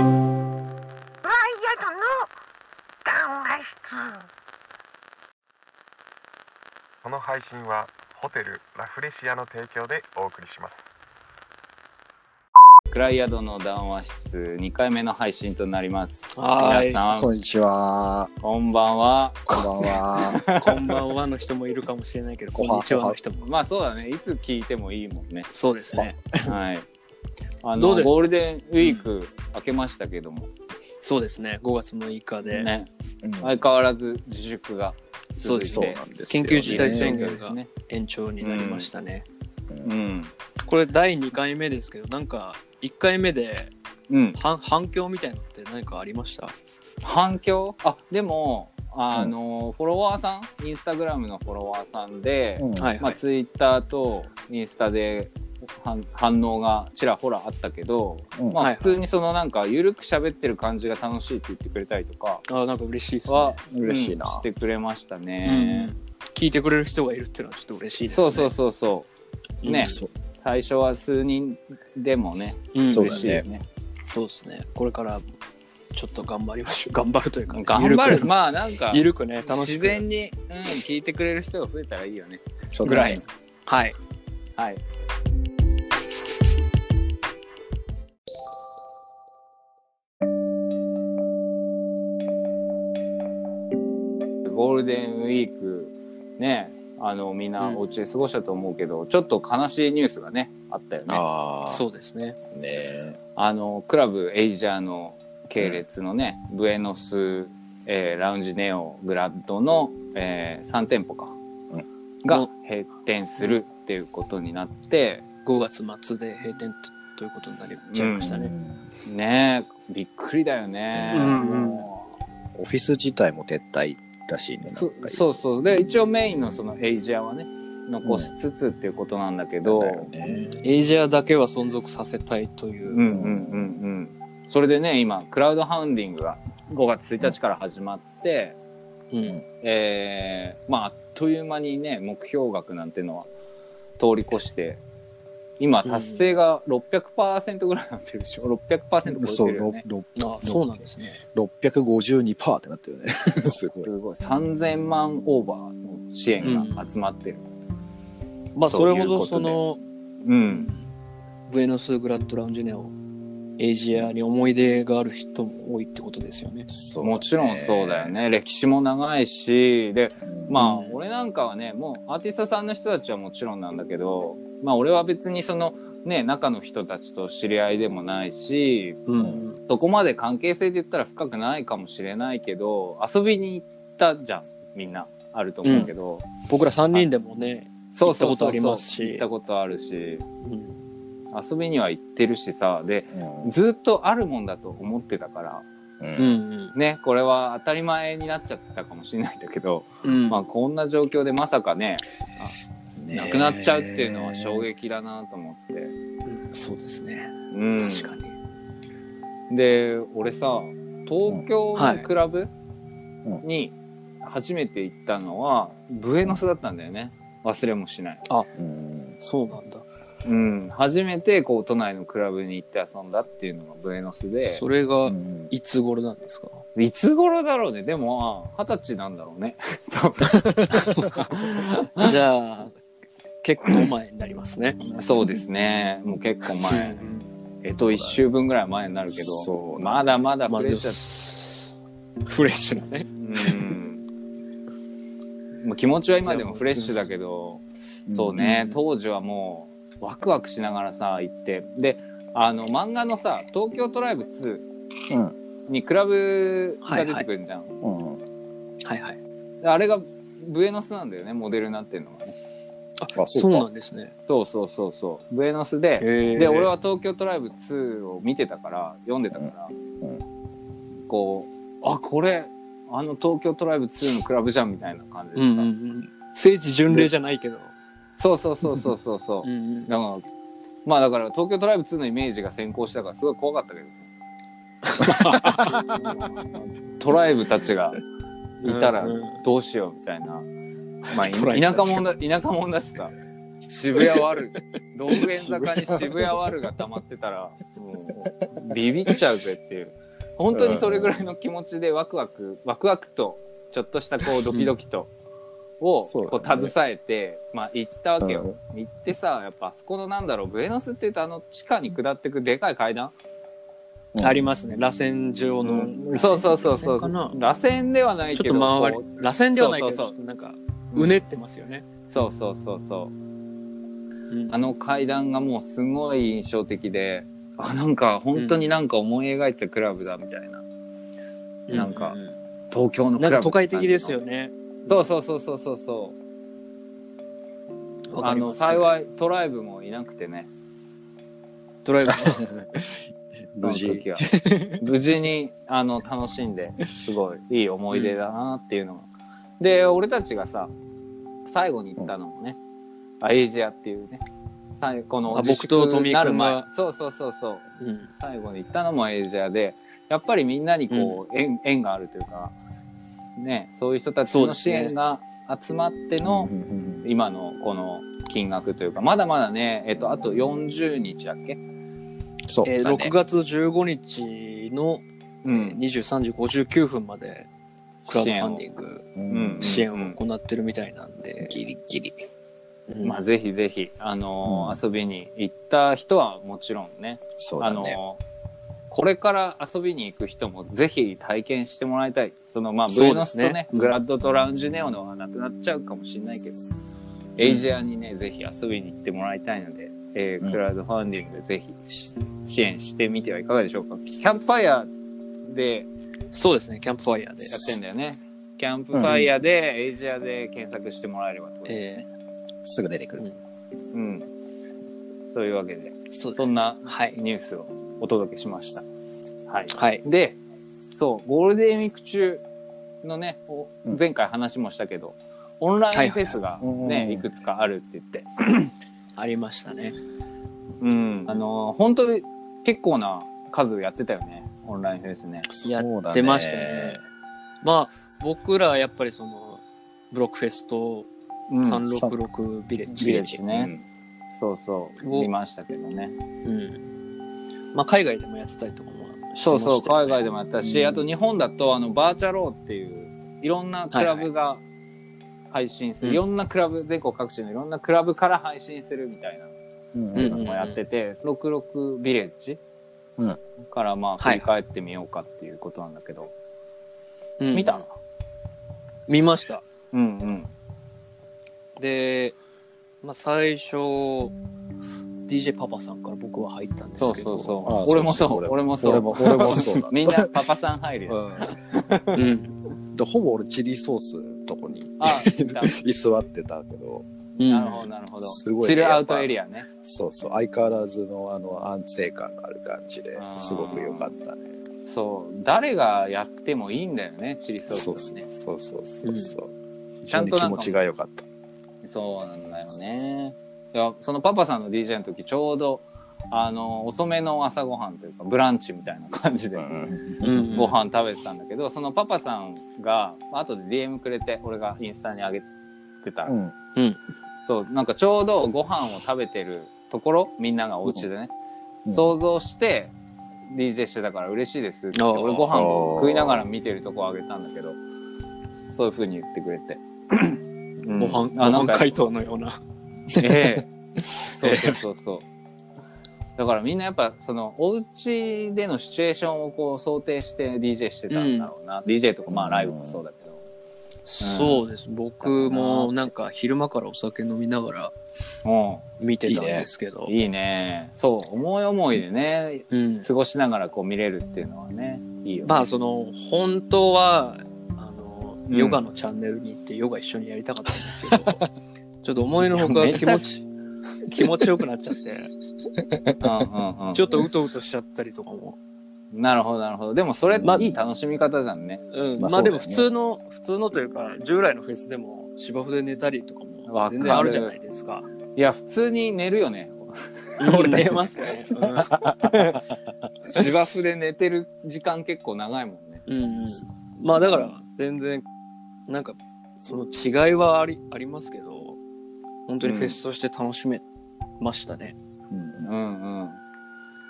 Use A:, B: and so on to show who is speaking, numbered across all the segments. A: ワイヤドの談話室。
B: この配信はホテルラフレシアの提供でお送りします
C: クライアドの談話室2回目の配信となります。
D: はーい
C: 皆さん、
E: こんにちは。
C: こんばんは。
E: こんばんは。
D: こんばんはの人もいるかもしれないけど、こ
E: こは
D: んにちはの人も。。
C: まあそうだね、いつ聞いてもいいもんね
D: そうですね。
C: はい。あ
D: どう
C: の
D: です
C: ゴールデンウィーク明けましたけども、
D: そうですね。5月6日で。
C: ね、
E: うん
C: 相変わらず自粛が
D: そ
C: 続
D: うで
C: い
D: す
E: そう
C: て
E: なんですよ
D: 緊
E: ね
D: 急事態宣
C: いる
D: 言
C: んで
D: が
C: すね。
D: 延長になりましたね。
C: うん。
D: これ第2回目ですけど、なんか1回目で
C: うん。
D: 反反響みたいのって何かありました
C: 反響あ、でも、あの、フォロワーさん、インスタグラムのフォロワーさんで、
E: うん
D: はい
C: ま
D: は
C: あ、
D: い。
C: ツイッターとインスタで反反応がちらほらあったけど、
E: うん
C: ま
D: はい
C: あ、
D: はい
C: 普通にそのなんか緩く喋ってる感じが楽しいって言ってくれたりとか
D: あなんか嬉しいです
C: は
D: ね。、
E: 嬉しいな
C: うんしてくれました
D: う
C: ね
D: ん。聞いてくれる人がいるっていうのはちょっと嬉しいですね。
C: そうそうそうそうね
E: そう
C: 最初は数人でもね
D: うん
E: そう
C: 嬉
E: だ
C: しいよね
D: そうですね。これからちょっと頑張りましょう。 頑張るというか、
C: 頑張
D: ゆ
C: る
D: く
C: まあなんか
D: ゆるくね、楽し
C: 自
D: く。
C: 然に、うん、聞いてくれる人が増えたらいいよね
E: そう
C: ぐらい
E: ね
C: の
D: はい。
C: はいゴールデンウィークねあのみんな
D: うん
C: お家で過ごしたと思うけど、ちょっと悲しいニュースがねあったよねあ
E: ああ、
D: そ
E: そ
D: うですね。
E: うね。
C: のクラブエイジャーの系列のね、ブエノス、えーラウンジネオグラッドの、え3店舗か、が閉店するっていうことになって、
D: 5月末で閉店とということになりちゃいましたね。
C: ねえびっくりだよね、
D: うんうん
C: も
E: オフィス自体も撤退らしいね。
C: う
E: なん
C: そ
E: か
C: そうそうで一応メインのそのエイジアはね残しつつっていうことなんだけど、
E: だよね。
D: エイジアだけは存続させたいという。
C: うんうんうんうんそれでね今クラウドハウンディングが5月1日から始まって、
D: うん
C: えーまああっという間にね目標額なんてのは通り越して今達成が600%ぐらいになってるでしょ600%超
E: そ
C: え
E: う、
C: てるよね
E: ろ
D: あそうなんですね。
E: ろ652%ってなってるね。 すごい。
C: すごい3000万オーバーの支援が集まってる。
D: まあ、それほど
C: そ
D: そう
C: いうことで
D: の、
C: うん。
D: ブエノスグラッドラウンジネオ、エイジアに思い出がある人も多いってことですよね。
E: そう
C: もちろんそうだよ。ね。歴史も長いし、で、まあ、俺なんかはね、もうアーティストさんの人たちはもちろんなんだけど、まあ、俺は別にその、ね、中の人たちと知り合いでもないし、
D: うん。
C: そこまで関係性で言ったら深くないかもしれないけど、遊びに行ったじゃん、みんな。あると思うけど。
D: 僕ら3人でもね、
C: そうそうそうそう
D: 行ったことありますし
C: 行ったことあるし、
D: うん
C: 遊びには行ってるしさ、で、
E: うん。
C: ずっとあるもんだと思ってたから、
D: うんうん
C: ね、これは当たり前になっちゃったかもしれないんだけど、
D: うん
C: まあこんな状況でまさかね、
E: ね
C: なくなっちゃうっていうのは衝。撃だなと思って。
D: うんそうですね。
C: うん、
D: 確かに。
C: に。で、俺さ、東京
D: は
C: の
D: い
C: クラブ
E: う
C: に初めて行ったのは、ブエノスだったんだよね。忘れもしない。
E: うん
D: そうなんだ。
C: うん。初めてこう都内のクラブに行って遊んだっていうのがブエノスで、
D: それ
E: う
D: が、
E: ん
D: いつ頃なんですか
C: いつ頃だろうね。でも、あ二十歳なんだろうね。多分。
D: じゃあ、結構前になりますね。
C: そうですね。もう結構 前。えっと、一週分ぐらい前になるけ
E: そ
C: ど、
E: う
C: まだまだ
D: まあ
C: プレッシャー。
D: フレッシュなね。
C: うん。もう気持ちは今でもフレッシュだけど、そうね、当時はもうワクワクしながらさ、行って。で、あの、漫画のさ、東京トライブ2
E: うん。
C: にクラブが出てくるじゃん。
E: うん。
D: はいはい。
C: あれがブエノスなんだよね、モデルになってるのはね。
E: あ、
D: そう
E: か
D: なんですね。
C: そうそうそうそう。ブエノスで、
D: で
C: で、俺は東京トライブ2を見てたから、読んでたから、
E: ん
C: こう、あ、これ、あの東京トライブ2のクラブじゃんみたいな感じ
D: うん
C: でさ、
D: うんうん、聖地巡礼じゃないけど、
C: そうそうそうそうそうそうう。
D: ん
C: だから、まあだから東京トライブ2のイメージが先行したからすごい怖かったけど。 トライブたちがいたら
D: うんうん
C: どうしようみたいな。まあ、
D: トライブ
C: 田舎者だ、田舎者だしさ。渋谷ワル、道玄坂に 渋谷ワルが溜まってたら、もう、ビビっちゃうぜっていう。本当にそれぐらいの気持ちでワクワク、ワクワクと、ちょっとしたこうドキドキと、を、
E: そう
C: こう、
E: だね
C: 携えて、まあ、行ったわけよ。
E: うん
C: 行ってさ、やっぱあそこのなんだろう、ブエノスっていうとあの地下に下ってくでかい階段、
E: うん
D: ありますね。螺旋状の。
C: そうそうそうそう。
D: 螺旋かな
C: 螺旋ではない
D: ち
C: け
D: ょっ
C: ど、
D: と回り
C: こう、
D: 螺旋ではないけど、ち
C: そうそうそ
D: ょ
C: う
D: っとなんか、うねってますよね。
C: そうそうそうそう。
D: うん
C: あの階段がもうすごい印象的で、あ、なんか本当になんか思い描いてたクラブだみたいな。なんか
D: うう
C: 東京のク
D: な
C: ラ
D: ん
C: ブ。
D: か都会的ですよ。ね。
C: そうそうそうそうそうそう。
D: わか
C: あ
D: り
C: の、
D: ます
C: 幸いトライブもいなくてね。
D: ドライブ。
E: 無
C: あの時
E: 事。
C: は。無事に、あの、楽しんで、すごいいい思い出だなっていうのが。で、俺たちがさ、最後に行ったのもね、アエイジアっていうね、最後の
D: あ僕と
C: 自粛になる前
D: 富井君。
C: そうそうそうそう。
D: うん
C: 最後に行ったのもエイジアでやっぱりみんなにこう、縁縁があるというか、ね、そういう人たち
D: そう
C: の
D: です
C: 支
D: ね
C: 援が集まっての、
E: うんうん
C: 今のこの金額というかまだまだね、えっと、あと40日だっけ、
E: そう
D: えー
E: だね
D: 6月15日の
C: う
D: えー、23時59分までクラウドファンディング
E: う
C: うん
E: ん
D: 支援を行ってるみたいなんで、
E: ギリギリ。
D: うん
C: まあ、ぜひぜひ、あのー遊びに行った人はもちろんね
E: そう
C: あ
E: だ
C: の
E: ね。
C: ーこれから遊びに行く人もぜひ体験してもらいたい。そのまあ、ブ
D: そ
C: エ
D: うで
C: ノス
D: す
C: と
D: ね
C: ね、グラッドとラウンジネオのはなくなっちゃうかもしれないけど、エイジアにね、ぜひ遊びに行ってもらいたいので、えー
E: うん
C: クラウドファンディングでぜひし支援してみてはいかがでしょうか。キャンプファイヤーでや
D: そうですねキャンプファイヤーで、
C: ってんだよね。キャンプファイヤーで、エイジアで検索してもらえればってことで
D: え
E: すぐ出てくる。
C: うん。というわけで、
D: ーそうです
C: そんな
D: はい、
C: ニュースをお届けしました。はい。
D: はい、
C: で、そう、ゴールデンウィーク中のね、お
E: うん
C: 前回話もしたけど、オンラインフェスが
E: はいはいはいうん
C: ね、いくつかあるって言って、
D: ありましたね
C: うん、あのー、本当に結構な数やってたよね、オンラインフェスね。
D: や
E: そうだね
D: ってましたねまあ僕らはやっぱりそのブロックフェスと
C: うん、そう
D: 366ビレッジ、
C: ビレッジね
E: うん
C: そう、
D: お
C: 見ましたけどね。
D: うんまあ海外でもやってたりとかもしてました
C: そ
D: よ
C: う
D: ね
C: そう、海外でもやったし、
E: うん
C: あと日本だと、あの、バーチャローっていう、いろんなクラブが配信する、
D: うん
C: いろんなクラブ、全国各地のいろんなクラブから配信するみたいな。
E: うん
D: うん
C: もやってて、66ビレッジ、
E: うん
C: からまあ振
D: はい
C: り返ってみようかっていうことなんだけど、
D: うん
C: 見たの
D: 見ました
C: うんうん。
D: で、まあ、最初 DJ パパさんから僕は入ったんで
C: そ
D: す
C: う
D: け
C: そ
D: ど
C: うそう
E: あ。
C: 俺もそ
E: そう
C: う、
E: そう
C: 俺もそう。
E: 俺も俺もそうだ
C: みんなパパさん入るよ。
D: うん、
E: でほぼ俺チリソースのとこに
C: あ、いた
E: 居座ってたけど、
D: うん、
C: なるほど、なるほど。
E: すごいね
C: チルアウトエリアね。
E: そうそう、相変わらずのあの安定感がある感じで
C: あー、
E: すごく良かったね。
C: そう。誰がやってもいいんだよね、チリソースね。
E: そうそうそうそう。非
C: ちゃ
E: 常
C: ん
E: に
C: とな
E: 気
C: んか
E: 持ちが良かった。
C: そうなんだよね。いや、そのパパさんの DJ の時、ちょうど、あの、遅めの朝ごはんというか、ブランチみたいな感じで。
E: うん
D: うん
C: ご飯食べてたんだけど、そのパパさんが、まあ後で DM くれて、俺がインスタに上げてた、
E: うん
C: そう、なんかちょうどご飯を食べてるところ、みんながお家でね、
E: うん
C: 想像して、DJ してたから嬉しいですって言って、
D: あー
C: 俺ご飯を食いながら見てるとこあげたんだけど、そういう風に言ってくれて。うん
D: 模範、
C: あな
D: 模
C: ん
D: 範
C: か
D: 解答のような。
C: ええそうそうそうそう。だからみんなやっぱそのお家でのシチュエーションをこう想定して DJ してたんだろうな、DJ とかまあライブもそうだけど、
D: そうです。僕もなんか昼間からお酒飲みなが
C: う
D: ら見てたんですけど。
C: ん、いいねそう思い思いでね
D: うん。
C: 過ごしながらこう見れるっていうのはねいいよね、
D: まあその、本当は、あの、
C: うん
D: ヨガのチャンネルに行ってヨガ一緒にやりたかったんですけど、 ちょっと思いのほか
C: いやめ
D: 気
C: ちゃ
D: 持ち、気持ちよくなっちゃって、
C: うんうんうん
D: ちょっとうとうとしちゃったりとかも。
C: なるほどなるほどでもそれ
E: まあ
C: いい楽しみ方じゃんね
D: うん。
E: まあ
D: まあでも普
E: そうだよ
D: 通の、普通のというか、従来のフェスでも芝生で寝たりとか
C: わかる
D: も全然あるじゃないですか。
C: いや普通に寝るよね
D: 俺寝ますね。
C: 芝生で寝てる時間結構長いもんね
D: うんうん、まあだから全然なんかその違いはありありますけど本当にフェスとして楽しめましたね。
E: うん
C: うんうん。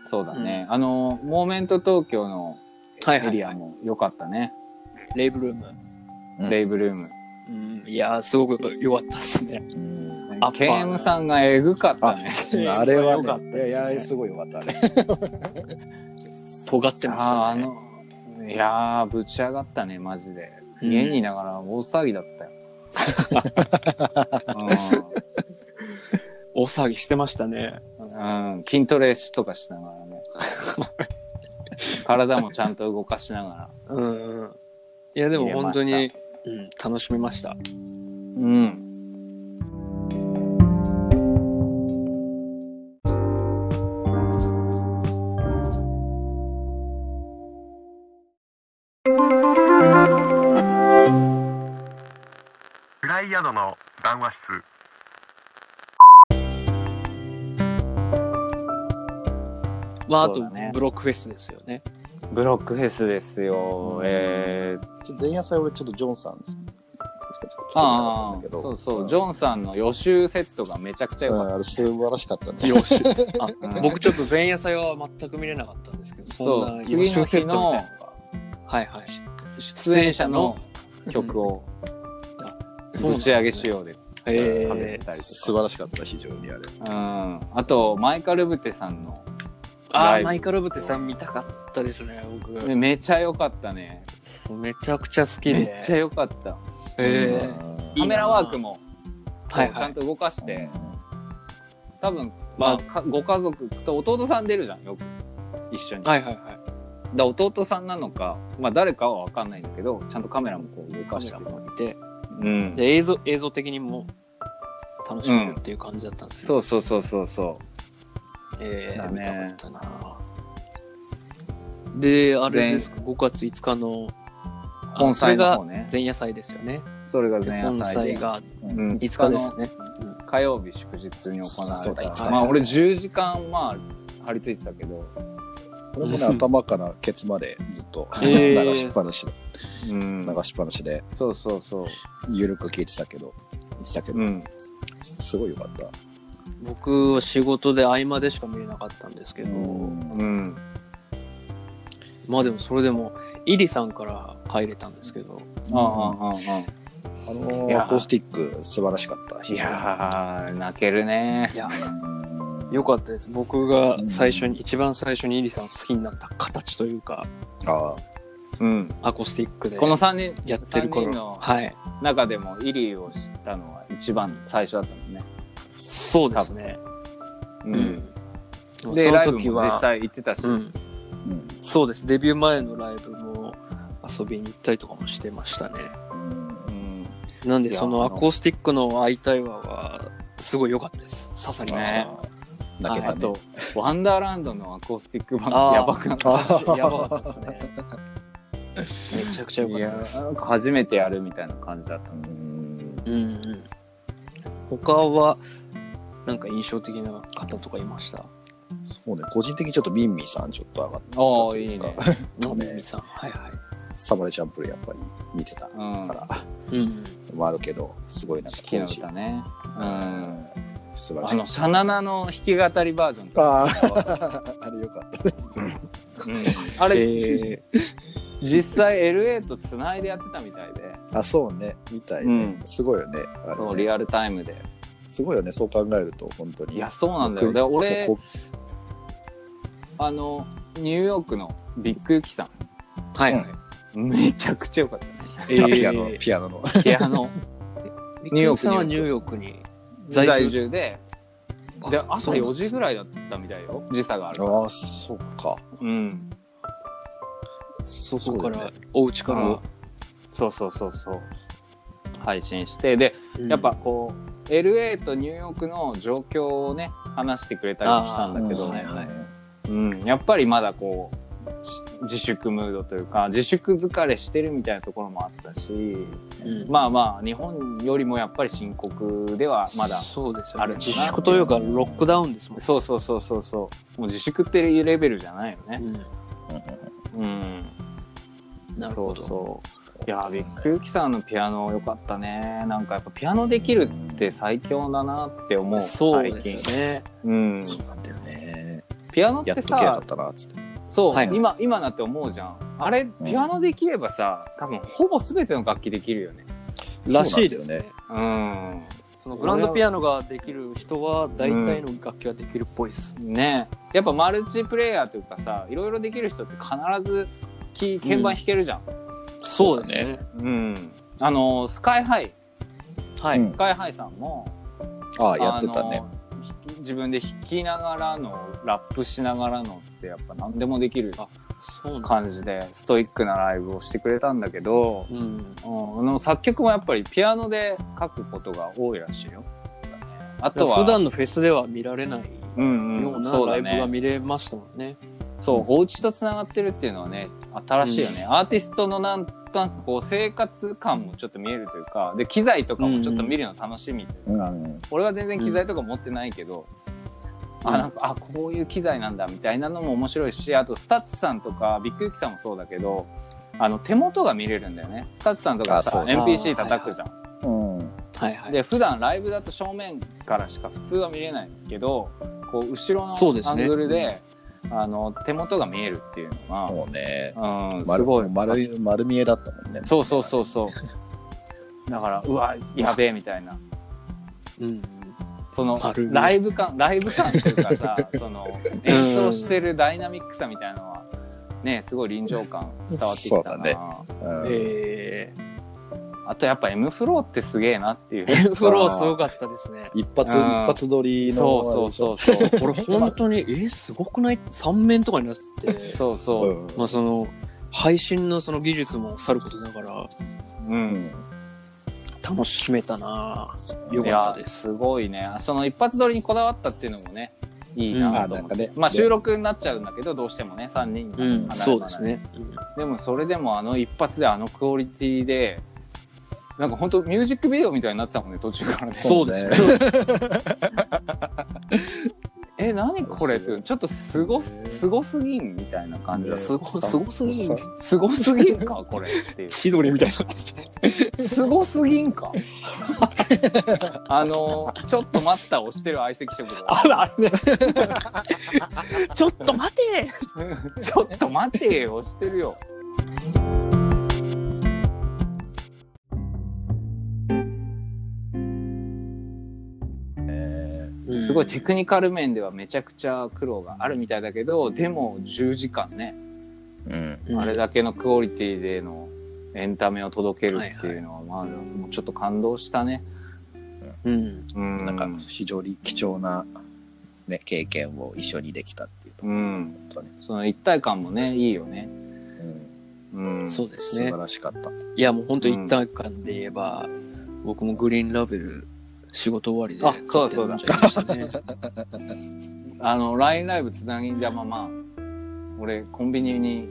C: そうだね。あの、モーメント東京の
D: はいは
C: エ
D: い、
C: リアも良かったね。
D: レイブルーム。
E: うん
C: レイブルーム。
D: うん、いやー、すごく良かったっすね。
E: うん
D: アッパー
C: ケームさんがえぐかった
E: あ
C: ね。、
E: あれは
D: 良かったです
E: ね、
D: ね
E: いやいや、すごいよかったね。
D: 尖ってましたね。
C: ああの、いやー、ぶち上がったね、マジで。
D: うん
C: 家にいながら大騒ぎだったよ。
D: 大騒ぎしてましたね。
C: うん、うん筋トレとかしながらね。体もちゃんと動かしながら。
D: うんうん。いや、でも本当
C: 入れ
D: に、うん、楽しめました。
C: うん。
B: フライヤードの談話室
D: まあ、あ
C: そう
D: と
C: だね、
D: ブロックフェスですよね。
C: ブロックフェスですよ。えー、
E: ちょ前夜祭俺ちょっとジョンさんしかちょっと聞いてなか
C: あ
E: ったんだけ
C: あ、
E: ど
C: そうそう、ジョンさんの予習セットがめちゃくちゃ良
E: う
C: かっ
E: んあれ素晴らしかったね。
D: よし。あ
C: うん
D: 僕ちょっと前夜祭は全く見れなかったんですけど、
C: た。そ
D: そん
C: う、
D: な
C: 次の日の
D: はいはい。
C: 出演者の曲を
D: そうなん
C: 打
D: です
C: ち
D: ね
C: 上げ仕様ではめ
D: えー、
C: たりと
E: 素晴らしかった、非常にあ
C: か。
E: れ。
C: うん。あと、マイカ・ルブテさんの、
D: あ
C: ライ
D: ー
C: ブ
D: マイカ・ロブテさん見たかったですね、僕。
C: ねめちゃ良かったね。
D: めちゃくちゃ好きで。
C: めっちゃ良かった。
D: え
E: う
D: い
E: ん
C: カ
D: いな
C: メラワークも、
D: はいはい
C: ちゃんと動かして、多分、
D: ま
C: ま
D: あ
C: あ、かご家族と弟さん出るじゃん、よく。一緒に。
D: ー、はいはいはい。
C: だ弟さんなのか、まあ誰かは分かんないんだけど、ちゃんとカメラもこう動
D: カ
C: かし
D: メ
C: て
D: ラ。も見て、
C: うん
D: で映像映像的にも楽しめるっていう感じだったんです
C: そ
D: よ。
C: うそうそうそうそ
D: え
C: だ
D: ー、
C: ね
D: 見たかったな。で、あれですか、5月5日
C: う。
D: の、あ
C: 本
D: そ
C: 祭
D: れ
C: の
D: が
C: 方ね。
D: 前夜祭ですよね。
C: それが前夜
D: 本
C: 祭
D: 祭
C: で。
D: が
C: うん、5
D: 5日ですね。
C: 火曜日祝日に行わ
E: そう
C: れ
E: だ
C: た。
E: 5日
C: まあ俺10時間、まあ、張り付いてたけど、
E: 俺もね、
D: うん
E: 頭からケツまでずっと
D: え
E: 流
D: ー
E: しっぱなしで、
C: うん
E: 流しっぱなしで、
C: そうそうそう。
E: ゆるく聞いてたけど、言ってたけど、
C: うん。
E: すごいよかった。
D: 僕は仕事で合間でしか見れなかったんですけど、
C: うん。
D: まあでもそれでも、イリさんから入れたんですけど、
C: ああ、ああ、ああ。
E: あの
C: いや
E: ーアコースティック素晴らしかった。
C: いやー、泣けるね
D: い。や、
E: うん
D: よかったです。僕が最初に、一番最初にイリさんを好きになった形というか、
E: あ
C: うん。
D: アコースティックで
C: この3人、
D: やってる
C: 三人
D: 頃。
C: の
D: はい。
C: 中でも、イリーを知ったのは一番最初だったもんね。
D: そうですね。
C: う。
D: うんん。
C: で、
D: そ
C: ライ
D: の
C: ブ
D: 時
C: も実
D: は、
C: 際行ってたし。
D: うん。
E: あ、うん
D: そうです。デビュー前のライブも遊びに行ったりとかもしてましたね。
C: うん
D: なんで、
C: いや
D: そ
C: あ
D: のア
C: の
D: コースティックの会いたいわは、すごい良かったです。刺さりました
C: ね。
E: 泣け
C: あ
E: たね
C: と。、ワンダーランドのアコースティック版
D: あー
C: やばかった。
E: あ
D: やばかったですね。めちゃくちゃ良
C: い
D: かっ
C: や
D: たです。
C: ーなんか初めてやるみたいな感じだったね。
E: うん
D: うんうん。他は、なんか印象的な方とかいました。
E: そうね、個人的にちょっとミンミさんちょっと上がってた
C: あ
E: と
C: あ、い
E: い
C: いう
E: か
C: ね。
D: の
E: ね
D: みみさん。はいはい。
E: サバレチャンプルやっぱり見てたか
C: うん。
E: ら、
D: うんうん。
E: もあるけど、すごいなんか
C: 四季の
E: 当時
C: 歌ね。うん。
E: 素晴ら
C: あ
E: しい
C: の、。シャナナの弾き語りバージョンと
E: あ
C: か。
E: あ、 あれよかったね。
C: あれ、
D: え
C: 実際 LA とつないでやってたみたいで、
E: あ、そうね、みたい、
C: うん
E: すごいよね。あ
C: そう
E: れね
C: リアルタイムで。
E: すごいよね、そう考えると、本当に。
C: いや、そうなんだよ。で、俺、
E: こ
C: あの、ニューヨークのビッグユキさ
D: ーはいはい。
C: ん、めちゃくちゃ良かったね。
D: え
E: こ
D: ー
E: ピアノ、ピアノの。
C: ピアノ、
D: ニューヨークさんはニューヨークに。 在
C: 在
D: 住
C: 住で、で、
D: あ
C: 朝
D: そうなん
C: 4
D: ですね
C: 時ぐらいだったみたいよ。時差がある。
E: ああ、そっか。
C: うん。
D: そこか
E: そうだ
D: ら、お家か
C: うん
D: ら。
C: そうそうそうそう。配信して、で、やっぱこう、LA とニューヨークの状況をね、話してくれたりもしたんだけ
E: あ
C: ど、
E: ー
D: はいはい。
C: うん、やっぱりまだこうし自粛ムードというか自粛疲れしてるみたいなところもあったし
D: うん
C: まあまあ日本よりもやっぱり深刻ではまだ
D: そうですよ、
C: あるのかな
D: 自粛というかロックダウンですもん、
C: そうそうそうそうそうもう自粛っていうレベルじゃないよね
D: うん、
C: うん
D: なるほど
C: そいやービッグユキさんのピアノ良かったねなんかやっぱピアノできるって最強だなって思う
D: そう
C: 最
D: で
C: 近
D: すよね。
C: うん
E: そうなんだよね。
C: ピアノっ
E: やってとけなか
C: さ
E: ったな、つって。
C: そう、
D: はい
C: 今今なって思うじゃんあれピアノできればさ多分ほぼ全ての楽器できるよね
D: らしいです
E: そうなんだよ
D: ね
C: う
E: ね。
C: ん
D: そのグランドピアノができる人は大体の楽器はできるっぽいです。
C: ねやっぱマルチプレイヤーというかさいろいろできる人って必ずキー鍵盤弾けるじゃん、
D: そうですね。
C: うんあのスカイハイス
D: はい、
E: うん
C: カイハイさんも
E: ああ、やってたね。
C: あのひ自分で弾きながらのラップしながらのってやっぱ何でもできる
D: あそうなんだ。
C: 感じでストイックなライブをしてくれたんだけど、
D: うん。
C: うん、あの作曲もやっぱりピアノで書くことが多いらしいよ。あとは
D: 普段のフェスでは見られない
C: うんうん
D: ような
C: そう
D: ラ
C: だ
D: イブが
C: ね、
D: 見れましたもんね。
C: そうお家とつながってるっていうのはね新しいよね、アーティストのなんとなくこう生活感もちょっと見えるというかで機材とかもちょっと見るの楽しみというか、
E: うん。
C: 俺は全然機材とか持ってないけど、
D: うん
C: あなんかあこういう機材なんだみたいなのも面白いしあとスタッツさんとかビッグユキさんもそうだけどあの手元が見れるんだよねスタッツさんとかさ
E: あそうだ
C: NPC 叩くじゃん。
E: うん。
D: はいはい。
C: で普段ライブだと正面からしか普通は見れないけどこう後ろ
D: そうです
C: のア
D: ね
C: ングルであの手元が見えるっていうの
E: そうね。
C: が、うん、す
E: 丸
C: ごい
E: 丸い丸見えだったもんね。
C: そうそうそうそうだからうわやべえみたいな
D: うん。
C: その
D: 丸見え
C: ライブ感ライブ感というかさ その演奏してるダイナミックさみたいのはねすごい臨場感伝わってき
E: そう
C: た
E: だ
C: な、
E: ねうん。
D: え
C: あとやっぱ M フローってすげえなっていう
D: えフローすごかったですね。
E: 一発、
C: うん
E: 一発撮りの。
C: そうそうそうそう
D: これ本当に、えすごくない ?3 面とかになって て、
C: そうそう、
E: ん
D: まあその、配信のその技術もさることながら、
C: う
E: うんん
D: 楽しめたなぁよ
C: い
D: か
C: や
D: ったです。
C: すごいねその一発撮りにこだわったっていうのもねいいなと思って、
E: うんあなんかね
C: まあ収録になっちゃうんだけどどうしてもね3人が
D: う
C: 離れ
D: ん、
C: 離れ
D: そうですね。うん
C: でもそれでもあの一発であのクオリティでなんか本当ミュージックビデオみたいになってたもんね途中からね
D: そう
E: ね
D: ですね。
C: え何これっ
E: そう
C: てちょっとすごすごすぎんみたいな感じ
E: ね
D: すごすごすぎる。
C: すごすぎんかこれってい
D: 千鳥みたいになってる
C: うすごすぎんかあのちょっと待ったをしてる相席 食堂
D: あら、あれね。ちょっと待て
C: ちょっと待てよ、してるよ。すごいテクニカル面ではめちゃくちゃ苦労があるみたいだけどでも10時間ね、
E: うん。
D: うん
C: あれだけのクオリティでのエンタメを届けるっていうのは、まあもうちょっと感動したね。
D: うん。
C: うん
E: なんか、非常に貴重な、ね、経験を一緒にできたっていうとこ
C: う
E: ろ、
C: ん、
E: 本当に。
C: その一体感もねいいよね。
E: うん。
C: うん、
D: そうです
E: 素
D: ね
E: 晴。らしかった。
D: いや、もう本当一旦間で言えば、僕もグリーンラベル、仕事終わりで。
C: あそうだそうだ
D: 買って飲んじゃいましたね。
C: あの LINE ライブつなぎだまま俺コンビニに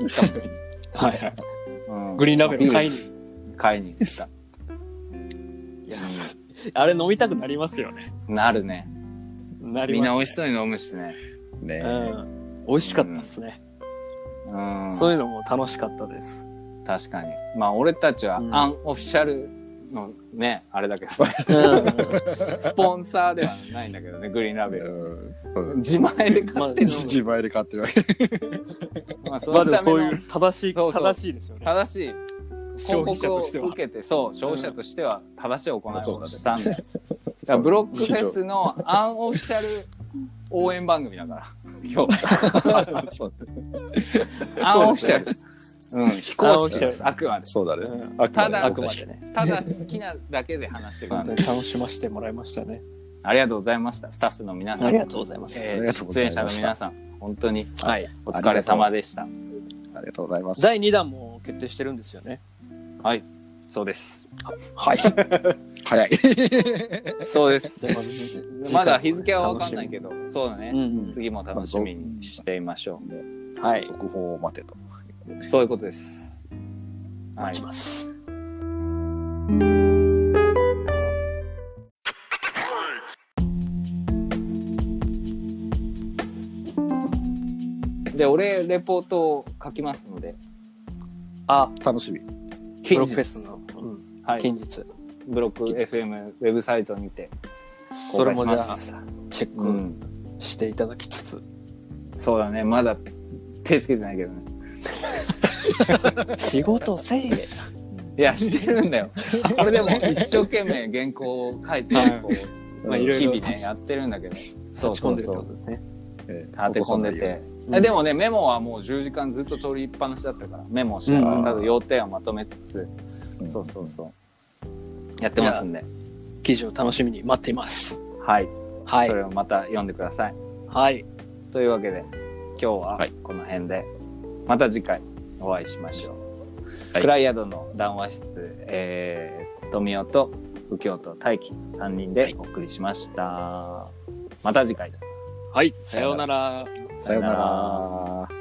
C: 行った
D: はいはい。
C: もん、うん
D: グリーンラベル買いに。
C: 買いに行った。
D: いや、あれ飲みたくなりますよね。
C: なるね。
D: なり
C: みん
D: ます、
C: な美味しそうに飲むしね。
E: ね
D: うん。美味しかったですね、
C: うん。
D: そういうのも楽しかったです。
C: 確かに。まあ、俺たちは
D: うん
C: アンオフィシャルのね、あれだけど、
D: うん。
C: スポンサーではないんだけ どね、グリーンラベル。
E: うん。
C: 自前で買ってる
E: 自前で買ってるわけ。
C: の。まあ、そ
D: まあ
C: の
D: でも
C: た
D: そう
C: め
D: い
C: の
D: う正しい、
C: そうそう
D: 正しいですよね。
C: 正しい
D: 消
C: 広
D: 費者
C: 告
D: と
C: を
D: しては
C: 受。けて、そう、消費者としては正しい行いをしたんだよ。だか
E: だ
C: ら
E: ね
C: ブロックフェスのアンオフィシャル応援番組だから。 要
E: そう
C: は、アンオフィシャル。うん、非公式です、あくまで。
E: そうだ
D: う
E: ね。
D: ん
E: あくま
C: た
E: で
C: だ
D: あくまでね。
C: ただ好きなだけで話してる
D: 本
C: 感
D: 当
C: じ
D: に。楽しませてもらいましたね。
C: ありがとうございました。スタッフの皆さん。
D: ありがとうございます。
C: え
E: ありがと
C: ー
E: うご
C: 出
E: ざ
C: 演
E: いまし
C: 者の
E: た
C: 皆さん、本当に
D: はい。
C: お疲れ様でした。
E: ありがとうございます。
D: 第2弾も決定してるんですよね。
C: はい。そうです。
E: はい。早い。
C: そうです。
D: じゃあまず
C: まだ日付はわかんないけど、そうだ
D: う
C: ね。
D: ん
C: 次も楽しみにしていましょ
D: うん。はい。
E: 続報を待てと。
C: う。そういうことです。はい
D: 待ち。ます。
C: じゃあ、俺、レポートを書きますので。
D: あ、
E: 楽しみ。
D: ブロックフェスの、うん
C: はい、
D: 近日。
C: ブロック FM ウェブサイトにて
D: そ
C: 公
D: れ
C: 開し
D: もじゃ
C: ま
D: あ
C: す。
D: チェ
C: う
D: ッ
C: ん、
D: クしていただきつつ、
C: そうだねまだ手つけてないけどね
D: 仕事せえ
C: いやしてるんだよこれでも一生懸命原稿を書いて
D: はい
C: こう、
D: まあ
C: うん
D: いろいろ
C: 日々ねやってるんだけど
D: 立ち込んでるってこ
C: 立
D: とですね。
E: えー
C: て込んでて、
D: うん
C: えでもねメモはもう10時間ずっと取りっぱなしだったからメモをした
E: うん
C: ら、ただ要点をまとめつつ、
E: うん
C: そうそうそうやってますんで
D: 記事を楽しみに待っています。
C: はい、
D: はい
C: そ。れをまた読んでください
D: はい。
C: というわけで今日ははいこの辺で、また次回お会いしましょう、
E: はい
C: クライアドの談話室、えー、富男と右京と大輝3人でお送りしました、また次回
D: はい。さようなら。
E: さようなら。